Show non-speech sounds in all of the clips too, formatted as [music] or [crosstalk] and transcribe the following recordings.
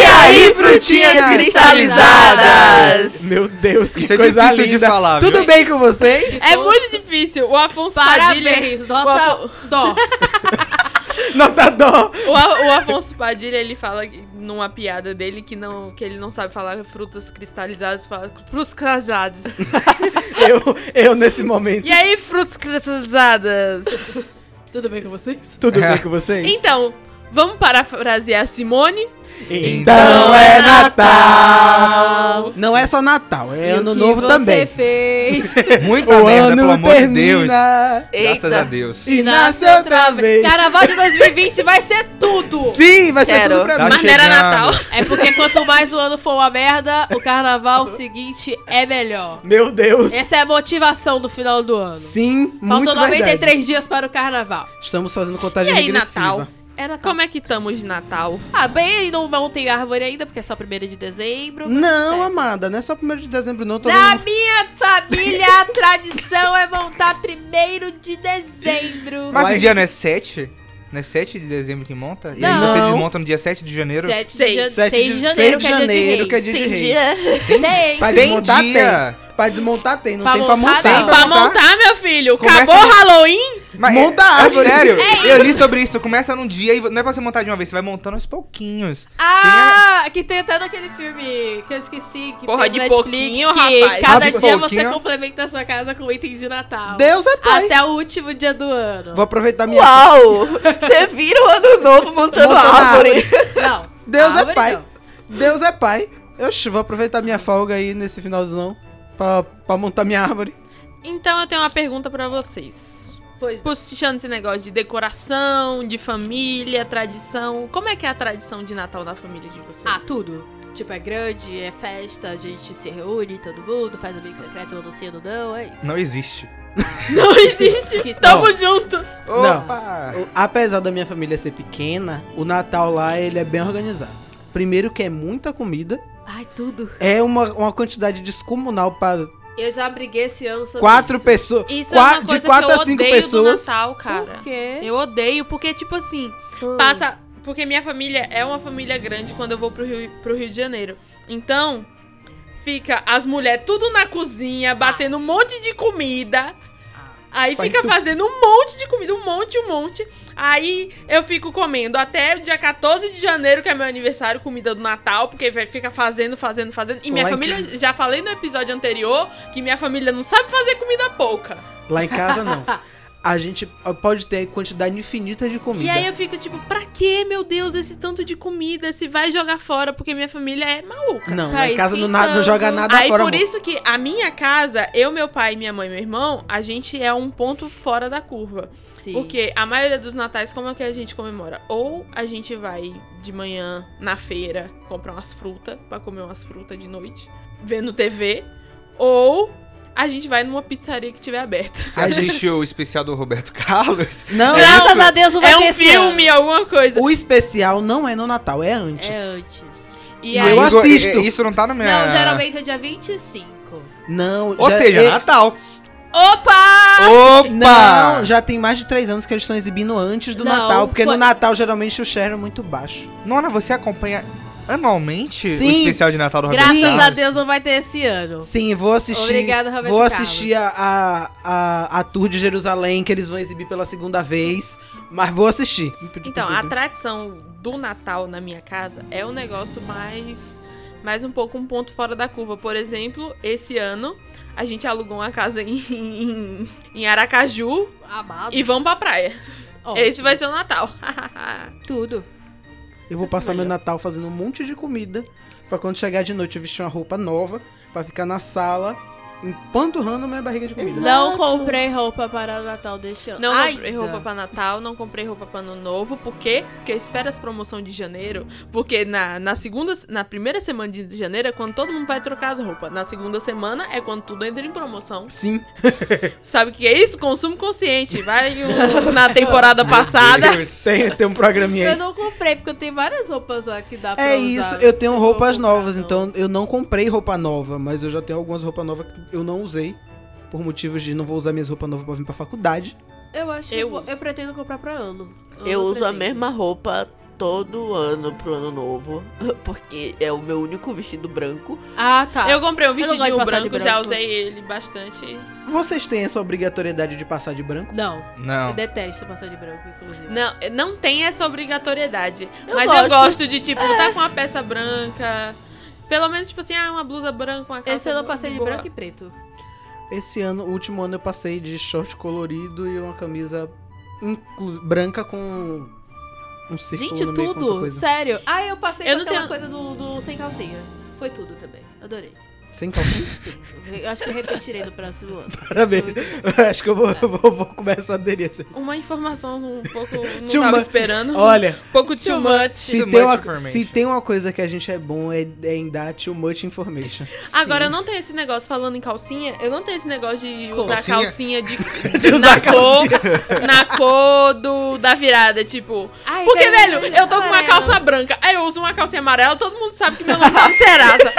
aí, frutinhas cristalizadas! Meu Deus, que Isso é coisa difícil de linda. falar, Tudo viu? bem com vocês? É muito difícil. O Afonso Padilha. Parabéns, nota dó. Nota dó. O, A- o Afonso Padilha, ele fala que- numa piada dele que, não, que ele não sabe falar frutas cristalizadas, fala frutas cristalizadas. Eu, eu nesse momento. E aí, frutas cristalizadas? Tudo bem com vocês? Tudo bem com vocês? Então, vamos parafrasear Simone? Então é Natal. Não é só Natal, é E o Ano que Novo você também. fez? [laughs] Muita O merda, pelo ano amor de Deus. termina Graças a Deus. [laughs] e nasce outra vez. Carnaval de 2020 vai ser tudo! Sim, vai ser Quero. tudo pra Tá mim. Mas não era chegando. Natal. É porque quanto mais o ano for uma merda, o carnaval seguinte é melhor. Meu Deus. Essa é a motivação do final do ano. Sim, muito Faltam 93 verdade. dias para o carnaval. Estamos fazendo contagem E aí, regressiva. Natal? É Natal. Como é que estamos de Natal? Ah, bem, não, não tem árvore ainda, porque é só 1 de dezembro. Não, Certo. Amanda, não é só 1 de dezembro não. Todo Na mundo- minha família, a tradição é montar 1 de dezembro. Mas Uai. o dia não é 7? Não é 7 de dezembro que monta? E aí Não. você desmonta no dia 7 de janeiro? 7 de, Seis. jan- Sete seis de de- janeiro, seis de janeiro, que é dia de reis. [laughs] Tem. Pra Tem desmontar tem. dia. Pra desmontar tem, não Pra tem pra montar, montar. não. Tem Pra montar, meu filho. Começa Acabou o no- Halloween? Mas Monta é, a árvore. É sério, eu li sobre isso. Começa num dia e não é pra você montar de uma vez, você vai montando aos pouquinhos. Ah, que tem até naquele filme que eu esqueci. Que Porra, tem de no Netflix, pouquinho, que rapaz. Cada De dia você pouquinho. complementa a sua casa com item de Natal. Deus é pai. Até o último dia do ano. Vou aproveitar minha... Uau! Você vira o ano novo montando Montando árvore. Não. Deus é árvore pai. não. Deus é pai. Oxi, vou aproveitar minha folga aí nesse finalzão pra, pra montar minha árvore. Então eu tenho uma pergunta pra vocês. Pois não. Puxando esse negócio de decoração, de família, tradição. Como é que é a tradição de Natal da família de vocês? Ah, tudo. Tipo, é grande, é festa, a gente se reúne, todo mundo, faz amigo secreto, anuncia no não, é isso. Não existe. [laughs] Não existe. Que Tamo junto. Não. Opa! O- Apesar da minha família ser pequena, o Natal lá ele é bem organizado. Primeiro que é muita comida, Ai, tudo. é uma, uma quantidade descomunal para Eu já briguei esse ano sobre quatro isso. pessoas, Isso qua- é uma coisa de quatro que eu a cinco odeio pessoas. do Natal, cara. Por quê? Eu odeio, porque, tipo assim, passa. Porque minha família é uma família grande quando eu vou pro Rio, pro Rio de Janeiro. Então, fica as mulheres tudo na cozinha, batendo um monte de comida. Aí Pai, fica tu- fazendo um monte de comida, um monte, um monte. Aí eu fico comendo até o dia 14 de janeiro, que é meu aniversário, comida do Natal, porque vai fica fazendo, fazendo, fazendo. E minha Lá em família, já falei no episódio anterior, que minha família não sabe fazer comida pouca. Lá em casa não. A gente pode ter quantidade infinita de comida. E aí eu fico tipo, pra que, meu Deus, esse tanto de comida? Se vai jogar fora, porque minha família é maluca. Não, lá Tá, em casa não, esse na- não joga tanto. nada Aí Ah, fora. por amor. isso que a minha casa, eu, meu pai, minha mãe e meu irmão, a gente é um ponto fora da curva. Sim. Porque a maioria dos natais, como é que a gente comemora? Ou a gente vai de manhã na feira comprar umas frutas, pra comer umas frutas de noite, vendo TV, ou a gente vai numa pizzaria que tiver aberta. Você A gente- assistiu o especial do Roberto Carlos? Não, Graças a Deus não vai É ter um esse ano. filme, alguma coisa. o especial não é no Natal, é antes. É antes. E Eu aí, Igor, assisto. é- Isso não tá na minha. Não, geralmente é dia 25. Não, Ou já- seja, é- Natal. Opa! Opa! Não, já tem mais de três anos que eles estão exibindo antes do Não, Natal, porque foi- no Natal geralmente o share é muito baixo. Nona, você acompanha anualmente o Sim. especial de Natal do Roberto Graças Carlos? a Deus não vai ter esse ano. Sim, vou assistir. Obrigada, Roberto Vou Carlos. assistir a, a, a, a tour de Jerusalém que eles vão exibir pela segunda vez, mas vou assistir. Então, a tradição do Natal na minha casa é um negócio mais. Mais um pouco um ponto fora da curva. Por exemplo, esse ano a gente alugou uma casa [laughs] em, em, em Aracaju Amado. e vamos pra praia. Esse vai ser o Natal. [laughs] tudo. Eu vou passar meu Natal fazendo um monte de comida pra quando chegar de noite eu vestir uma roupa nova pra ficar na sala empanturrando minha barriga de comida. Não comprei roupa para o Natal deste ano. Não Ai, comprei roupa pra Natal, não comprei roupa pra Ano Novo. Por quê? Porque eu espero as promoções de janeiro. Porque na, na segunda, na primeira semana de janeiro é quando todo mundo vai trocar as roupas. Na segunda semana é quando tudo entra em promoção. Sim, [laughs] [laughs] Sabe o que é isso? Consumo consciente. Vai o- na temporada passada. Deus. tem, tem um programinha Eu aí. não comprei, porque eu tenho várias roupas lá que dá pra É usar. isso, eu tenho Não roupas vou comprar, novas, não. então eu não comprei roupa nova, mas eu já tenho algumas roupas novas que eu não usei. Por motivos de não vou usar minhas roupas novas pra vir pra faculdade. Eu acho que Eu eu, vou- uso. eu pretendo comprar pra ano. Ano Eu uso a pretendo. mesma roupa todo ano pro ano novo, [laughs] porque é o meu único vestdo branco. Ah, tá. Eu comprei um não gosto de vestidinho passar de branco, já branco. usei ele bastante. Vocês têm essa obrigatoriedade de passar de branco? Não. Eu Não. detesto passar de branco, inclusive. Não, não tem essa obrigatoriedade. Eu mas eu gosto. gosto de, tipo, tá com uma peça branca. Pelo menos, tipo assim, ah, uma blusa branca, uma calça. Esse eu não boa- passei de boa. branco e preto. Esse ano, o último ano, eu passei de short colorido e uma camisa inclu- branca com um círculo Gente, no meio com outra tudo. coisa. Sério. Ah, eu passei Eu com não aquela tenho- coisa do, do sem calcinha. Foi tudo também. Adorei. Sem calcinha? [laughs] Eu acho que eu repetirei no próximo ano. Parabéns. Eu Acho que eu vou, eu vou- vou começar a aderir. a essa- Uma informação um pouco. Não Too tava mu- esperando. Olha, Um pouco too much. se Too tem, é much uma, information. se tem uma coisa que a gente é bom é, é em dar too much information. Agora, eu não tenho esse negócio, falando em calcinha, eu não tenho esse negócio de usar Calcinha? calcinha de, De na usar cor, na cor do, da virada, tipo. Ai, Porque, vermelho, velho, eu tô com uma amarelo. calça branca, aí eu uso uma calcinha amarela, todo mundo sabe que meu nome tá no Serasa.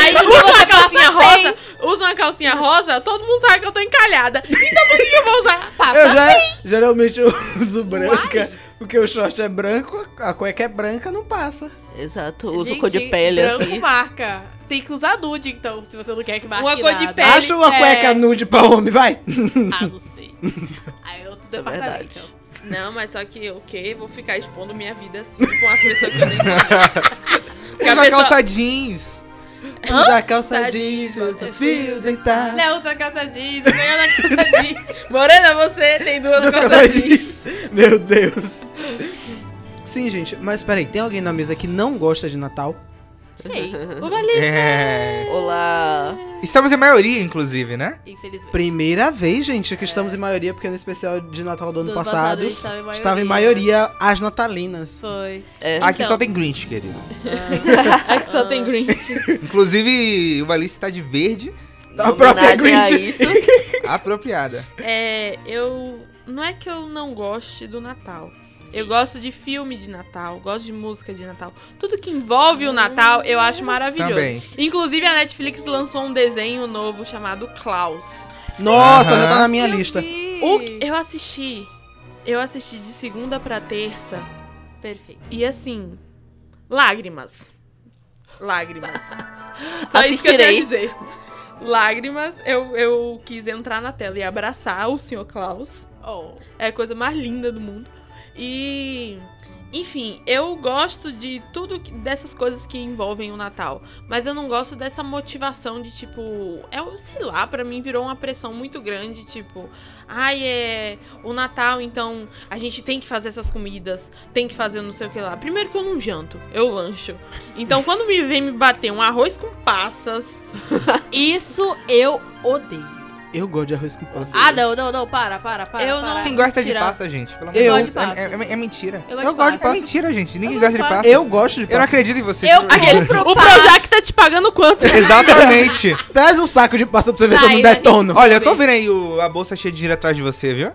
Aí uso uma calcinha rosa, uso uma calcinha rosa, todo mundo sabe que eu tô encalhada. Então por que que eu vou usar? Passa. Eu já, geralmente eu [laughs] uso branca, porque o short é branco, a cueca é branca, não passa. Exato, uso Gente, cor de pele, branco assim. marca. Tem que usar nude, então, se você não quer que marque Uma cor de nada. Pele, Acha uma é. cueca nude pra homem, vai! Ah, não sei. Aí outro é departamento. verdade. Não, mas só que, ok, vou ficar expondo minha vida assim com as pessoas que eu nem conheço. Porque a Usa pessoa- calça jeans. [laughs] Usa calça Tá jeans, jeans, bota fio, deitar. Léo usa calça jeans, ganha na [laughs] calça jeans. Morena, você tem duas, Duas calças calças jeans. jeans. [laughs] Meu Deus. Sim, gente, mas peraí, tem alguém na mesa que não gosta de Natal? Ei, O Valência. É. Olá. Estamos em maioria, inclusive, né? infelizmente. Primeira vez, gente, que estamos em maioria, porque no especial de Natal do ano Do passado, a gente tava em maioria. estava em maioria as natalinas. Foi. É. Aqui Então. só tem Grinch, querido. É que só tem Grinch. Inclusive, o Valice tá de verde A própria homenagem a Grinch. isso. apropriada. É, eu. Não é que eu não goste do Natal. Eu gosto de filme de Natal, gosto de música de Natal. Tudo que envolve o Natal eu acho maravilhoso. Também. Inclusive, a Netflix lançou um desenho novo chamado Klaus. Nossa, já tá Aham. na minha Eu lista. vi. O que eu assisti. Eu assisti de segunda pra terça Perfeito. e assim. Lágrimas. Lágrimas. Só isso que eu tenho a Assistirei. dizer. Lágrimas, eu, eu quis entrar na tela e abraçar o Sr. Klaus. Oh. É a coisa mais linda do mundo. E. Enfim, eu gosto de tudo que- dessas coisas que envolvem o Natal. Mas eu não gosto dessa motivação de tipo. Eu sei lá, pra mim virou uma pressão muito grande. Tipo, ai, é o Natal, então a gente tem que fazer essas comidas, tem que fazer não sei o que lá. Primeiro que eu não janto, eu lancho. Então quando me vem me bater um arroz com passas. Isso eu odeio. Eu gosto de arroz com passa. Ah, não, não, não, para, para, para. Eu para. não- Quem gosta de Mentira. passa, gente? Pelo amor Eu. de Eu Deus. gosto de É, passas. é- é mentira. Eu Eu gosto de de É passas. mentira, gente. Ninguém Eu gosta de gosto de passas. Eu gosto de Eu não passa. acredito em você. Eu Fernanda. Aqueles Aqueles pro [laughs] o passo. Projac tá te pagando quanto? Exatamente. Traz um saco de passa pra você ver se eu [laughs] não Traz, a gente- detono. Olha, eu tô vendo aí o- a bolsa cheia de dinheiro atrás de você, viu?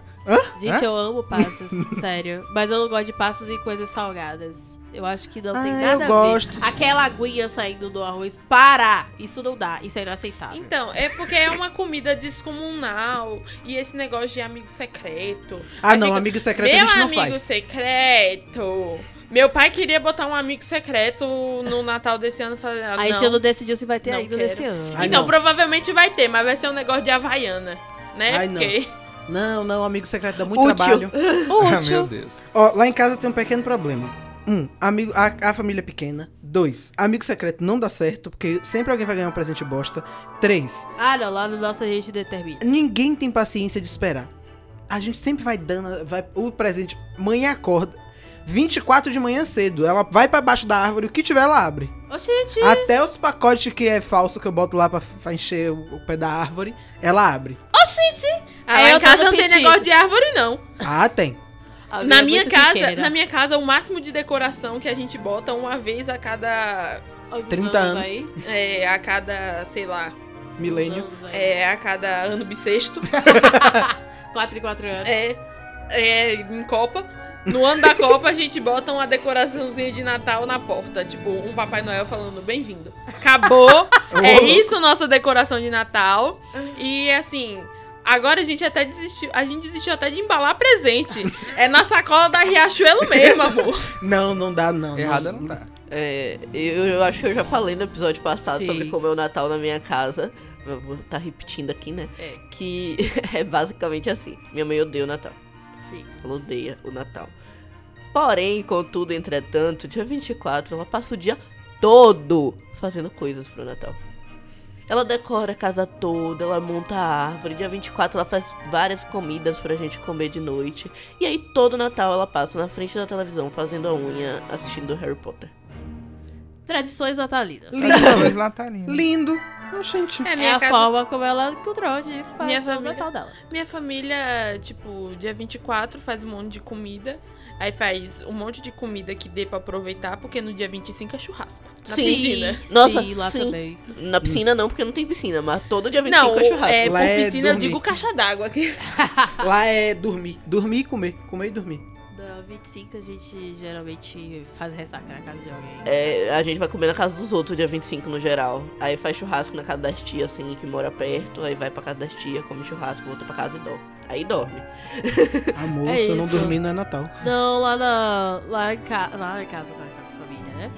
Gente, eu amo passas, [laughs] sério. Mas eu não gosto de passas e coisas salgadas. Eu acho que não tem Ah, nada eu a ver. gosto. Aquela aguinha saindo do arroz, para! Isso não dá, isso é inaceitável. Então, é porque é uma comida descomunal e esse negócio de amigo secreto. Ah, Aí não, fica, amigo secreto a Meu gente não amigo faz. secreto. Meu pai queria botar um amigo secreto no Natal desse ano. Falei, ah, Aí a não. gente não decidiu se vai ter não ainda quero. nesse [laughs] ano. Ai, Então, não. provavelmente vai ter, mas vai ser um negócio de Havaiana. Né? Ai, não. Porque Não, não, amigo secreto dá muito Útil. trabalho. Então, Ah, meu Útil. Deus. Ó, lá em casa tem um pequeno problema. Um, amigo, a, a família é pequena. Dois, amigo secreto não dá certo, porque sempre alguém vai ganhar um presente bosta. Três, Ah, não, lá no nosso a gente determina. ninguém tem paciência de esperar. A gente sempre vai dando vai, o presente. Mãe acorda. 24 de manhã cedo. Ela vai pra baixo da árvore, o que tiver ela abre. Ô, gente, Até os pacotes que é falso que eu boto lá pra, pra encher o, o pé da árvore, ela abre. lá Aí eu em casa tava não tem pedindo. negócio de árvore, não. Ah, tem. a na é minha muito casa, pequena. na minha casa, o máximo de decoração que a gente bota uma vez a cada. Alguns 30 anos. Aí, é, a cada, sei lá. Milênio. anos aí. É, a cada ano bissexto. 4 e 4 anos. É, é, em Copa. No ano da Copa, a gente bota uma decoraçãozinha de Natal na porta. Tipo, um Papai Noel falando, bem-vindo. Acabou. é isso nossa decoração de Natal. E, assim, Agora a gente até desistiu. A gente desistiu até de embalar presente. É na sacola da Riachuelo mesmo, amor. Não, não dá, não. Errada não tá. É, eu, eu acho que eu já falei no episódio passado Sim. sobre como é o Natal na minha casa. Eu vou tá repetindo aqui, né? É. Que [laughs] é basicamente assim. Minha mãe odeia o Natal. É. Sim. Ela odeia o Natal. Porém, contudo, entretanto, dia 24, ela passa o dia todo fazendo coisas pro Natal. Ela decora a casa toda, ela monta a árvore. Dia 24 ela faz várias comidas pra gente comer de noite. E aí todo Natal ela passa na frente da televisão fazendo a unha, assistindo Harry Potter. Tradições natalinas. Tradições natalinas. Lindo. Ah, Oxente. É, É minha a casa- forma como ela encontrou de Minha fazer o família- Natal dela. Minha família, tipo, dia 24 faz um monte de comida. Aí faz um monte de comida que dê pra aproveitar, porque no dia 25 é churrasco. Na Sim. piscina. Nossa, sim, lá sim. também. Na piscina não, porque não tem piscina, mas todo dia 25 Não, é churrasco. é, Lá é por piscina eu dormir. digo caixa d'água. que- Lá é dormir. Dormir e comer. Comer e dormir. Da 25 a gente geralmente faz ressaca na casa de alguém. É, a gente vai comer na casa dos outros dia 25 no geral. Aí faz churrasco na casa das tias, assim, que mora perto. Aí vai pra casa das tias, come churrasco, volta pra casa e dorme. Aí dorme. Amor, É se eu não isso. dormir, não é Natal. Não, lá na. Lá em, ca- lá em casa, na casa de família, né?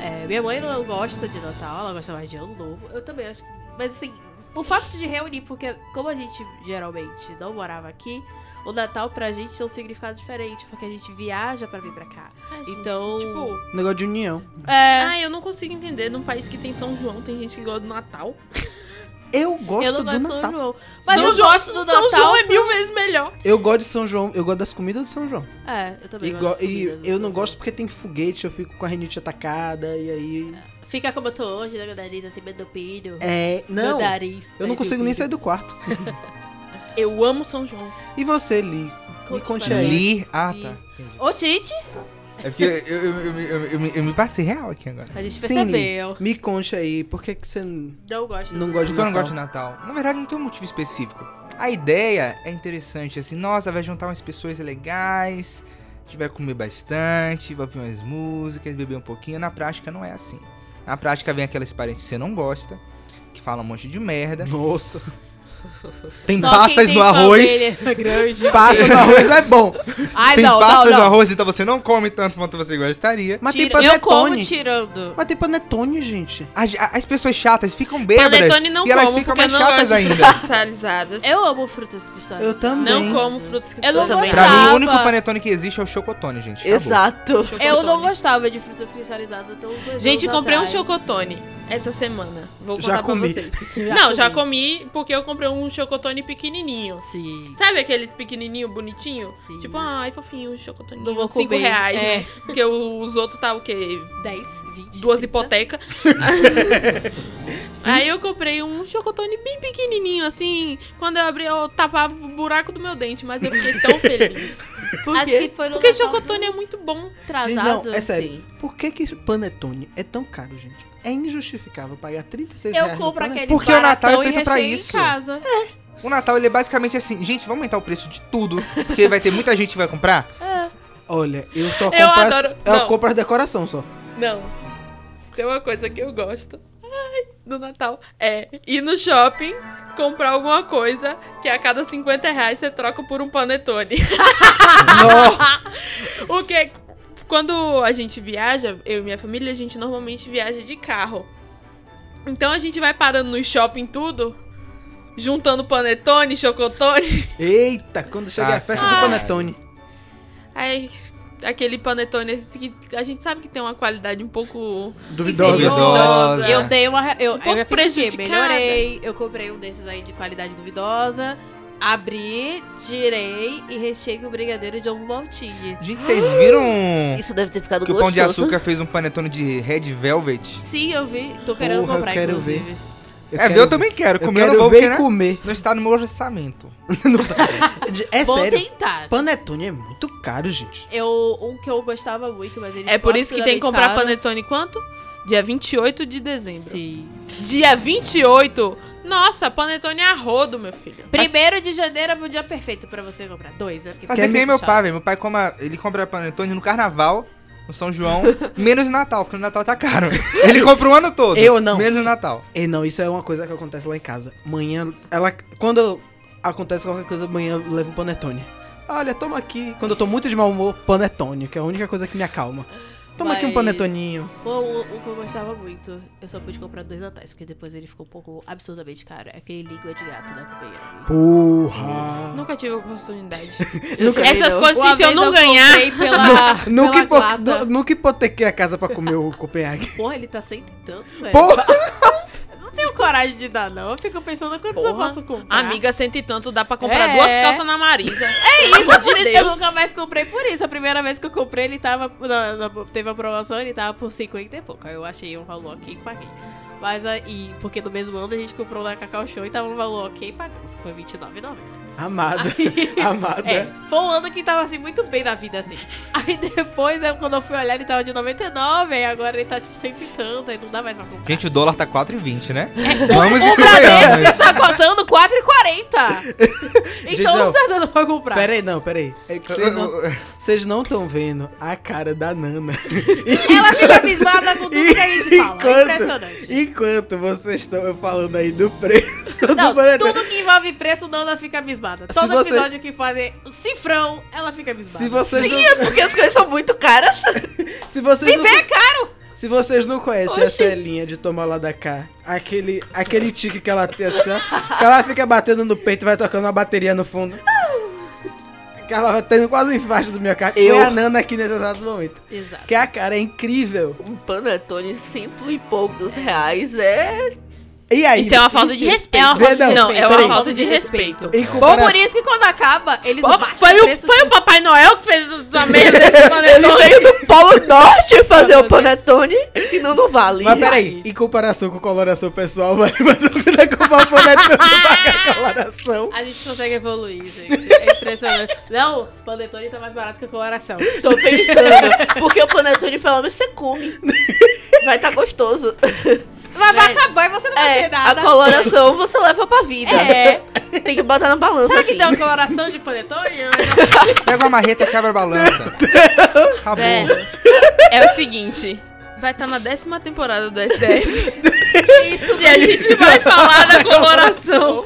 É, minha mãe não gosta de Natal, ela gosta mais de Ano Novo. Eu também acho. que- Mas assim, o fato de reunir, porque como a gente geralmente não morava aqui, o Natal pra gente tem um significado diferente, porque a gente viaja pra vir pra cá. Então. Tipo, Negócio de união. é, ah, eu não consigo entender. Num país que tem São João, tem gente que gosta do Natal. Eu gosto eu não do gosto de Natal. São João. Mas São eu João- gosto do São João Natal. é mil vezes melhor. Eu gosto de São João. Eu gosto das comidas de São João. É, eu também E, gosto. go- das e comidas do São eu não João. gosto porque tem foguete, eu fico com a rinite atacada, e aí. Fica como eu tô hoje, né? Meu nariz assim, meio entupido. É. Meu Não. nariz. tá Eu não consigo nem sair do quarto. Eu amo São João. E você, Li? Me conte aí. Li. Ah, tá. Entendi. Ô, gente, É porque eu, eu, eu, eu, eu, eu me- eu me passei real aqui agora. a gente Sim, Li. percebeu. Me conte aí, por que, que você n- Não gosto. não gosta de Porque Natal? eu não gosto de Natal. Na verdade, não tem um motivo específico. A ideia é interessante, assim, nossa, vai juntar umas pessoas legais, a gente vai comer bastante, vai ouvir umas músicas, beber um pouquinho. Na prática, não é assim. Na prática, vem aquelas parentes que você não gosta, que falam um monte de merda. Nossa. Tem Só pastas quem tem no arroz. [laughs] família [laughs] Grande. Passa no arroz é bom. Ai, Tem não, não, pastas no não. arroz, então você não come tanto quanto você gostaria. Mas tem Tira- eu como panetone. tirando. Mas tipo, tem panetone, gente. As, as pessoas chatas ficam bêbadas Panetone não e elas como, ficam porque eu mais não chatas [laughs] gosto de ainda. frutas cristalizadas. Eu amo frutas cristalinas. Eu também. não como frutas Eu não cristalizadas. também. Pra mim, o único gostava. panetone que existe é o chocotone, gente. Acabou. Exato. Eu não gostava de frutas cristalizadas até uns dois Gente, anos comprei um atrás. chocotone essa semana. Vou contar Já pra comi. vocês. não, já comi porque eu comprei um chocotone pequenininho. Sim. Sabe aqueles pequenininho, bonitinho? Sim. Tipo, ai, fofinho, chocotoninho. Não vou cinco comer. reais, É. né? Porque os outros tá o quê? 10, 20. Duas 30. hipotecas. Aí eu comprei um chocotone bem pequenininho, assim. Quando eu abri, eu tapava o buraco do meu dente, mas eu fiquei tão feliz. Por Acho quê? que foi no Porque Natal chocotone é muito bom. Gente, atrasado. não, é sério. Sim. Por que que panetone é tão caro, gente? É injustificável pagar 36 Eu reais no compro panetone. aquele É, Porque o Natal é baratão e feito pra recheio em isso. casa. O Natal ele é basicamente assim, gente, vamos aumentar o preço de tudo, porque vai ter muita gente que vai comprar. Olha, eu só Eu compro, as, adoro- eu não. compro as decoração só. Não. Se tem uma coisa que eu gosto ai, do Natal é ir no shopping, comprar alguma coisa que a cada 50 reais você troca por um panetone. o que? Quando a gente viaja, eu e minha família, a gente normalmente viaja de carro. Então a gente vai parando no shopping tudo, juntando panetone, chocotone. [laughs] Eita, quando chega Ah, a festa do cara. panetone. Aí aquele panetone assim que a gente sabe que tem uma qualidade um pouco Duvidosa. Duvidosa. Duvidosa. Eu dei uma. re- Eu, Um pouco eu fiz o quê? prejudicada. melhorei. Eu comprei um desses aí de qualidade duvidosa. Abri, tirei e recheei com brigadeiro de ovo maltinho. Gente, vocês [gasps] viram Isso deve ter ficado que o gostoso. Pão de Açúcar fez um panetone de Red Velvet? Sim, eu vi. Tô querendo Porra, eu comprar, quero inclusive. é, eu também quero, Eu comer eu quero não vou, ver porque e né, comer. não está no meu orçamento. De- É Vou sério, tentar. panetone é muito caro, gente. Eu, um que eu gostava muito, mas ele É por isso que tem que comprar panetone. panetone quanto? Dia 28 de dezembro. Sim. Dia 28? Nossa, panetone é arrodo, meu filho. Primeiro de janeiro é o dia perfeito pra você comprar. Dois, é porque Mas é tem que nem muito meu chá. pai, velho. Meu pai coma, ele compra panetone no carnaval, no [laughs] São João, menos no Natal, porque no Natal tá caro. Ele compra o ano todo. Eu não. Menos no Natal. E não, isso é uma coisa que acontece lá em casa. Manhã, ela. Quando acontece qualquer coisa, amanhã eu levo um panetone. Olha, toma aqui. Quando eu tô muito de mau humor, panetone, que é a única coisa que me acalma. Toma aqui um Mas- panetoninho. Pô, o, o que eu gostava muito, eu só pude comprar dois natais, porque depois ele ficou um pouco absurdamente caro. É aquele língua de gato da companheira. Porra! Nunca tive [laughs] oportunidade. Nunca vi, Essas não. coisas, Uma assim, se eu vez não ganhar. comprei [laughs] Pela, Nunca, pela hipo- guata. nu- nunca hipotequei a casa pra comer o Copenhague. Porra, ele tá cento e tanto, velho. Porra! [laughs] Eu Não tenho coragem de dar, não. Eu fico pensando quantos eu Porra. posso comprar. Amiga, cento e tanto, dá pra comprar Tá. É. duas calças na Marisa. É Isso, por de isso, eu Deus. nunca mais comprei por isso. A primeira vez que eu comprei, ele tava. na- na- teve a promoção, ele tava por 50 e pouco. Aí eu achei um valor ok e paguei. Mas aí, porque no mesmo ano a gente comprou na Cacau Show e tava um valor ok e pagamos, que foi R$29,90. [laughs] Amada. Aí- Amada. É, foi um ano que tava assim, muito bem na vida, assim. [laughs] Aí depois, eu- quando eu fui olhar, ele tava de 99, aí agora ele tá tipo cento e tanto, aí não dá mais pra comprar. Gente, o dólar tá 4,20, né? É, Vamos e Bradesco convenhamos. está tá cotando 4,40. [laughs] Gente, Então não. não tá dando pra comprar. Pera aí, não, pera aí. É que vocês não- Vocês não estão vendo a cara da Nana. [laughs] Ela fica abismada com tudo que a gente fala. É Enquanto- impressionante. Enquanto vocês estão falando aí do preço do Não, panetone. tudo que envolve preço, Nana fica abismada. Se Todo você- episódio que fazem cifrão, ela fica abismada. Se vocês não, [laughs] Porque as coisas são muito caras. se vocês não, Viver é caro. se vocês não conhecem essa linha de tomar lá da cá, aquele aquele tique que ela tem assim, ó, que ela fica batendo no peito e vai tocando uma bateria no fundo. Que ela vai tendo quase um infarto do meu carro. Eu Eu- a Nana aqui nesse exato momento. Exato. Que a cara é incrível. Um panetone cento e poucos reais é... E aí? Isso é uma falta de Isso respeito. é uma falta de não, respeito. é Peraí. uma falta de respeito. Em Bom, comparação- por isso que quando acaba, eles Ó, baixam um- foi, o, preço foi o Papai Noel que fez essa merda desse Ele planeta. veio do Polo Norte fazer o panetone, senão não vale. Mas peraí, em comparação com coloração pessoal, [laughs] vale mais a pena comprar o panetone do que [laughs] a coloração. A gente consegue evoluir, gente. É impressionante. Não, o panetone tá mais barato que o coração. Tô pensando. Porque o panetone, pelo menos, você come. Vai tá gostoso. Mas vai acabar e você não vai É, ter nada. a coloração você leva pra vida. É. [laughs] Tem que botar na balança, Será que assim. tem uma coloração de panetone? Pega uma marreta e quebra a balança. Acabou. Velho, é o seguinte. Vai estar na décima temporada do SDF. Isso e a gente vai falar da coloração.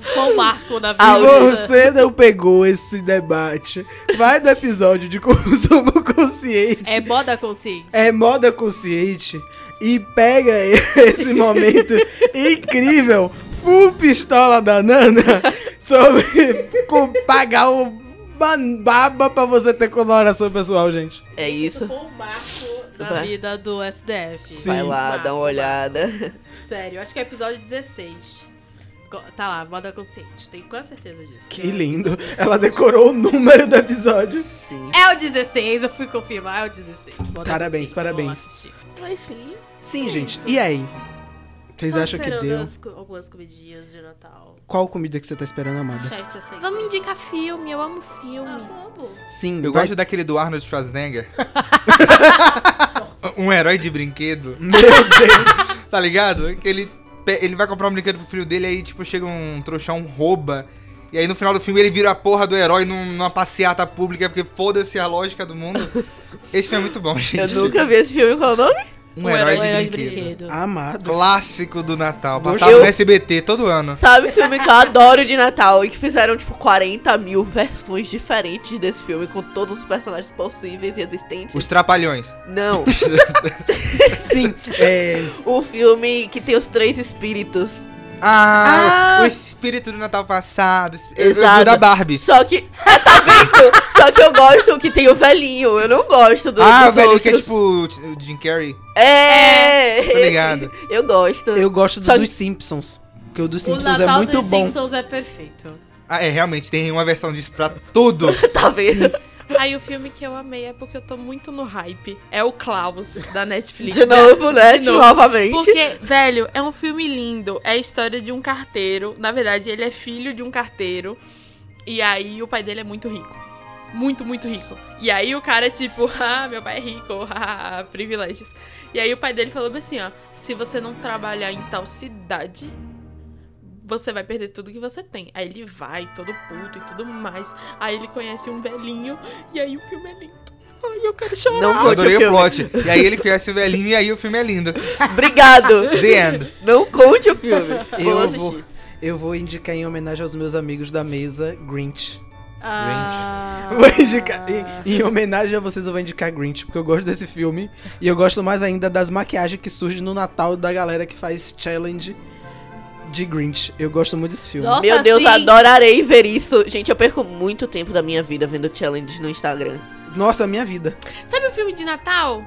foi um marco na Ah, Se vida. você não pegou esse debate, vai no episódio de [laughs] consumo consciente. É moda consciente. É, moda consciente. E pega [laughs] esse momento incrível, full pistola da Nana, sobre [laughs] com- pagar o ban- baba pra você ter coloração pessoal, gente. É isso. Foi um marco na Vai. vida do SDF. Sim. Vai lá, um Marco, dá um uma olhada. marco. Sério, acho que é episódio 16. Co- Tá lá, moda consciente. Tenho quase certeza disso. Que lindo. Ela decorou o número do episódio. Sim. É o 16, eu fui confirmar, é o 16. Moda Parabéns, consciente, parabéns. vou lá assistir. Mas sim. Sim, gente. E aí? Vocês Só acham que esperando deu? as co- algumas comidinhas de Natal. Qual comida que você tá esperando, Amada? Já está sem. Vamos indicar filme, eu amo filme. Ah, vamos. Sim, Eu vai- gosto daquele do Arnold Schwarzenegger. um herói de brinquedo. Meu Deus. Tá ligado? Que ele, pe- ele vai comprar um brinquedo pro filho dele, aí tipo, chega um trouxão, rouba. E aí no final do filme ele vira a porra do herói num- numa passeata pública, porque foda-se a lógica do mundo. Esse filme é muito bom, gente. Eu nunca vi esse filme, qual é o nome? Um, Um herói, Herói de, Herói de brinquedo. brinquedo. Amado. Clássico do Natal. Passava Eu- no SBT todo ano. Sabe o filme que eu adoro de Natal e que fizeram, tipo, 40 mil versões diferentes desse filme com todos os personagens possíveis e existentes? Os Trapalhões. [laughs] Não. Sim. É... o filme que tem os três espíritos. Ah, o espírito do Natal passado. Eu, eu, Exato. o da Barbie. Só que. [laughs] Tá vendo? Só que eu gosto que tem o velhinho. Eu não gosto do. ah, dos velho, que é outros. tipo o T- o Jim Carrey. É! Tô ligado. Eu gosto. Eu gosto do Só que- dos Simpsons. Porque o dos O Simpsons é Natal muito dos bom. Simpsons é perfeito. Ah, é, realmente, tem uma versão disso pra tudo. Tá vendo? Aí o filme que eu amei é porque eu tô muito no hype. É o Klaus, da Netflix. De novo, né? é, De De novo. Novamente. Porque, velho, é um filme lindo. É a história de um carteiro. Na verdade, ele é filho de um carteiro. E aí o pai dele é muito rico. Muito, muito rico. E aí o cara é tipo, [laughs] ah, meu pai é rico, [laughs] ah, privilégios. E aí o pai dele falou assim, ó, se você não trabalhar em tal cidade, você vai perder tudo que você tem. Aí ele vai, todo puto e tudo mais. Aí ele conhece um velhinho, e aí o filme é lindo. Ai, eu quero chorar. Não Eu conte adorei o o Ah, filme. plot. E aí ele conhece o velhinho e aí o filme é lindo. Obrigado. The end. Não conte o filme. Eu Vou assistir. vou, eu vou indicar em homenagem aos meus amigos da mesa Grinch. Ah, Vou indicar. Em, em homenagem a vocês, eu vou indicar Grinch, porque eu gosto desse filme. E eu gosto mais ainda das maquiagens que surgem no Natal da galera que faz challenge de Grinch. Eu gosto muito desse filme. Nossa, Meu Deus, assim- sim. adorarei ver isso. Gente, eu perco muito tempo da minha vida vendo challenge no Instagram. Nossa, minha vida. Sabe o filme de Natal?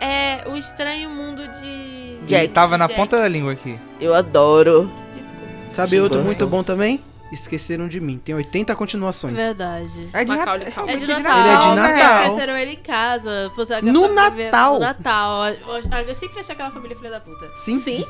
É O Estranho Mundo de. Jack. Tava na Jack. ponta da língua aqui. Eu adoro. Desculpa. Sabe Tim outro Burton. muito bom também? Esqueceram de mim. Tem 80 continuações. Verdade. É de, Nat- Macaulay Culkin. É de realmente Ele é Natal. de Natal. Né? Esqueceram ele em casa. Você acaba de No ver- Natal. No Natal. Eu- Eu sempre achei aquela família filha da puta. Sim. Sim.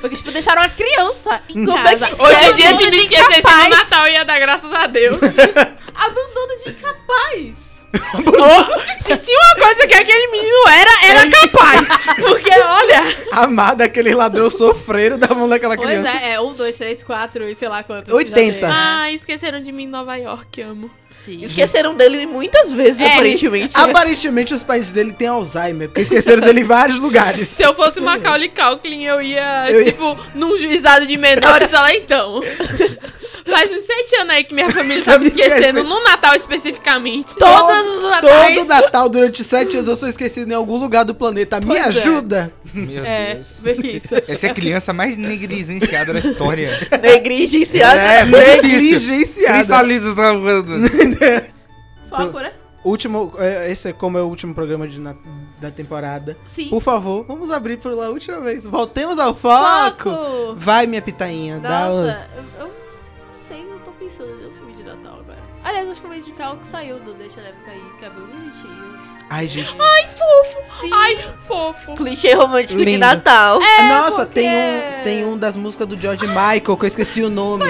Porque, tipo, deixaram a criança Hum. em Como é casa. que Hoje em Esquece dia, Abandono se me um de esquecesse no incapaz. Natal, ia dar graças a Deus. Abandono de incapaz. se tinha uma coisa que aquele menino era, era capaz. Porque, olha. Amada aquele ladrão sofreiro da mão daquela Pois criança. é, é um, dois, três, quatro e sei lá quantos. 80. que já tem. [laughs] Ah, esqueceram de mim em Nova York, amo. Sim. Esqueceram dele muitas vezes, É. [laughs] aparentemente. Aparentemente os pais dele têm Alzheimer, porque esqueceram dele em vários [laughs] lugares. Se eu fosse Macaulay Culkin, eu ia, Eu ia- tipo, num juizado de menores, olha lá então. Faz uns sete anos aí que minha família Eu tá me me esqueci. esquecendo, no Natal especificamente. Todos os natais. Todo Natal, durante sete anos, eu sou esquecido em algum lugar do planeta. Me Pois é. [laughs] ajuda! Meu É, Deus. bem isso. Essa é a criança mais negligenciada da história. [laughs] Negligenciado. É, muito difícil. negligenciada. Cristaliza os Foco, né? Último, é, esse é como é o último programa de na- da temporada. Sim. Por favor, vamos abrir pela última vez. Voltemos ao foco! Vai, minha pitainha. dá o- Nossa, eu, eu não sei, eu tô pensando em um filme de Natal agora. Aliás, acho que eu vou indicar o que saiu do Deixa a Época aí, que é bem bonitinho. um- Ai, gente. Sim. Ai, fofo. Clichê romântico de Lindo. Natal. É. Ah, Nossa, É, porque- tem, um, tem um das músicas do George Michael, que eu esqueci o nome. É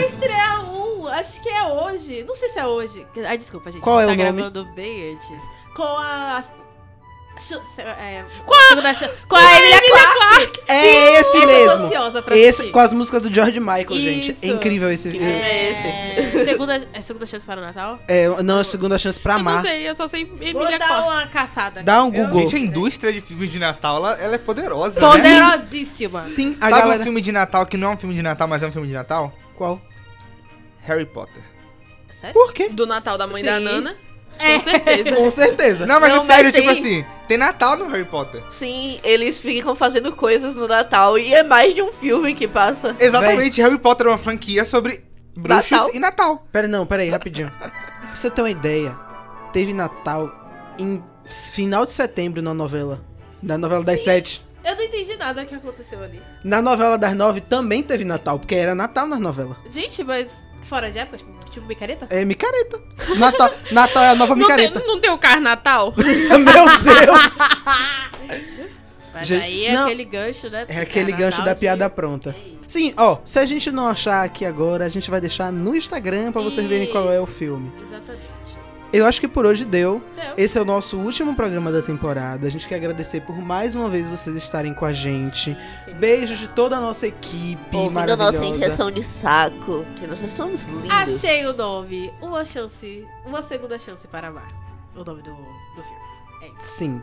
um, acho que é hoje. Não sei se é hoje. Ai, desculpa, gente. Qual a gente tá é o nome? gravando bem antes. Com a. a- chu- É, com a. Segunda, chan- com a Emilia Clarke. É esse Eu tô mesmo. ansiosa pra Esse, assistir. com as músicas do George Michael, gente. É Isso. incrível esse. É, É, segunda, é segunda chance para o Natal? não, é a segunda chance pra Eu não amar. sei, eu só sei Vou Emília dar Clarke. uma caçada. Dá um Eu- Google. Gente, a indústria de filmes de Natal, ela, ela é poderosa. né? Poderosíssima. Sim, a Sabe um galera. filme de Natal que não é um filme de Natal, mas é um filme de Natal? Qual? Harry Potter. Sério? Por quê? Do Natal da mãe da Sim. Nana. É. Com certeza. Com certeza. Não, mas Não, é sério, mas tipo tem- assim, tem Natal no Harry Potter. Sim, eles ficam fazendo coisas no Natal e é mais de um filme que passa. Exatamente, Harry Potter é uma franquia sobre bruxos Natal. e Natal. Pera, não, pera aí, rapidinho. Pra você ter uma ideia, teve Natal em final de setembro na novela. Na novela das sete. Eu não entendi nada que aconteceu ali. Na novela das nove também teve Natal, porque era Natal na novela. Gente, mas fora de época, tipo, tipo micareta? É micareta. Natal, Natal é a nova Não tem, micareta. não tem o Car Natal? Meu Deus! Mas Gente, aí é não. aquele gancho, né? É aquele gancho da piada pronta. É Sim, ó, se a gente não achar aqui agora, a gente vai deixar no Instagram pra vocês verem qual é o filme. Exatamente. Eu acho que por hoje deu. Deu. Esse é o nosso último programa da temporada. A gente quer agradecer por mais uma vez vocês estarem com a gente. Beijos de toda a nossa equipe Ouvindo a nossa maravilhosa. injeção de saco, que nós somos lindos. Achei o nome. Uma chance. Uma segunda chance para amar. O nome do, do filme. Sim.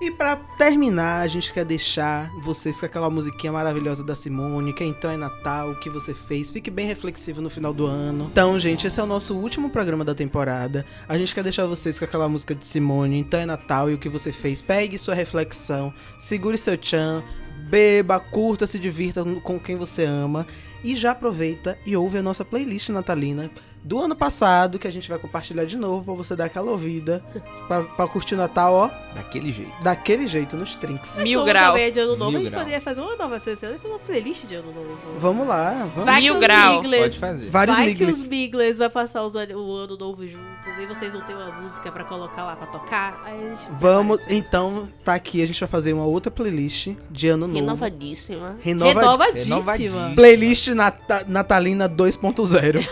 E pra terminar, a gente quer deixar vocês com aquela musiquinha maravilhosa da Simone, que é então é Natal, o que você fez. Fique bem reflexivo no final do ano. Então, gente, esse é o nosso último programa da temporada. A gente quer deixar vocês com aquela música de Simone, então é Natal e o que você fez. Pegue sua reflexão, segure seu tchan, beba, curta, se divirta com quem você ama e já aproveita e ouve a nossa playlist natalina do ano passado que a gente vai compartilhar de novo pra você dar aquela ouvida, pra, pra curtir o Natal, ó Daquele jeito. daquele jeito nos trinks. Mas Mil como grau. também é de ano novo, Mil a gente grau. poderia fazer uma nova sessão e fazer uma playlist de ano novo. Vamos lá, vamos. Vai Mil que grau. os Miglas, Pode fazer. Vários vai que miglis. os Miglas vai passar os an- o ano novo juntos e vocês vão ter uma música pra colocar lá pra tocar. Aí a gente prepara Vamos, isso pra vocês. então, tá aqui, a gente vai fazer uma outra playlist de ano novo. Renovadíssima. Renova- Renovadíssima. Renovadíssima. Playlist nata- natalina 2.0.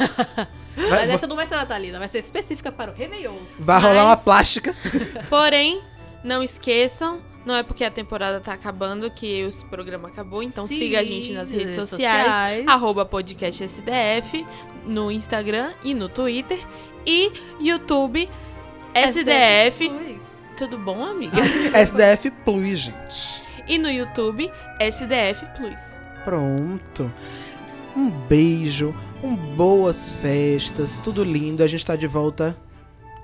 Vai- Mas essa não vai ser natalina, vai ser específica para o Réveillon. Vai rolar uma Mas- plástica. Porém, não esqueçam, não é porque a temporada tá acabando que o programa acabou, então Sim, siga a gente nas redes sociais, arroba podcastsdf, no Instagram e no Twitter, e YouTube SDF, Pois. tudo bom, amiga? [laughs] SDF Plus, gente. E no YouTube SDF Plus. Pronto. um beijo, um boas festas, tudo lindo. A gente tá de volta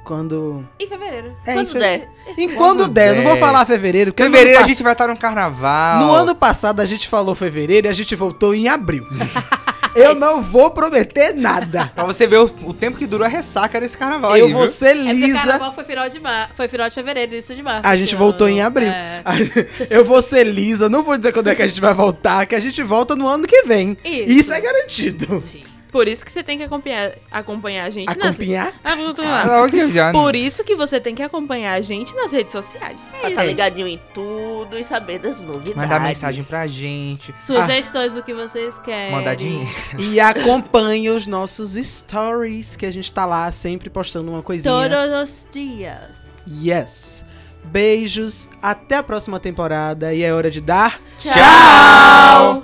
quando. Em fevereiro. É, Quando em fe- der. Em quando der, não vou der. falar fevereiro, porque Fevereiro no ano a gente vai estar no carnaval. No ano passado a gente falou fevereiro e a gente voltou em abril. [laughs] Eu não vou prometer nada. Pra você ver o, o tempo que durou a ressaca desse carnaval Eu aí, vou viu? ser É porque lisa. [laughs] carnaval foi final de mar... foi final de fevereiro, início de março. A gente esse voltou ano. em abril. É. Eu vou ser lisa. Não vou dizer quando é que a gente vai voltar, que a gente volta no ano que vem. Isso. Isso é garantido. Sim. Por isso que você tem que acompanhar, acompanhar a gente nas... Acompanhar? Ah, vou Ah, lá. não, que eu já- Por isso que você tem que acompanhar a gente nas redes sociais. É Pra é. tá ligadinho em tudo e saber das novidades. Mandar mensagem pra gente. Sugestões do que vocês Ah, querem. mandar dinheiro. E acompanhe os nossos stories, que a gente tá lá sempre postando uma coisinha. Todos os dias. Yes. Beijos, até a próxima temporada e é hora de dar. Tchau!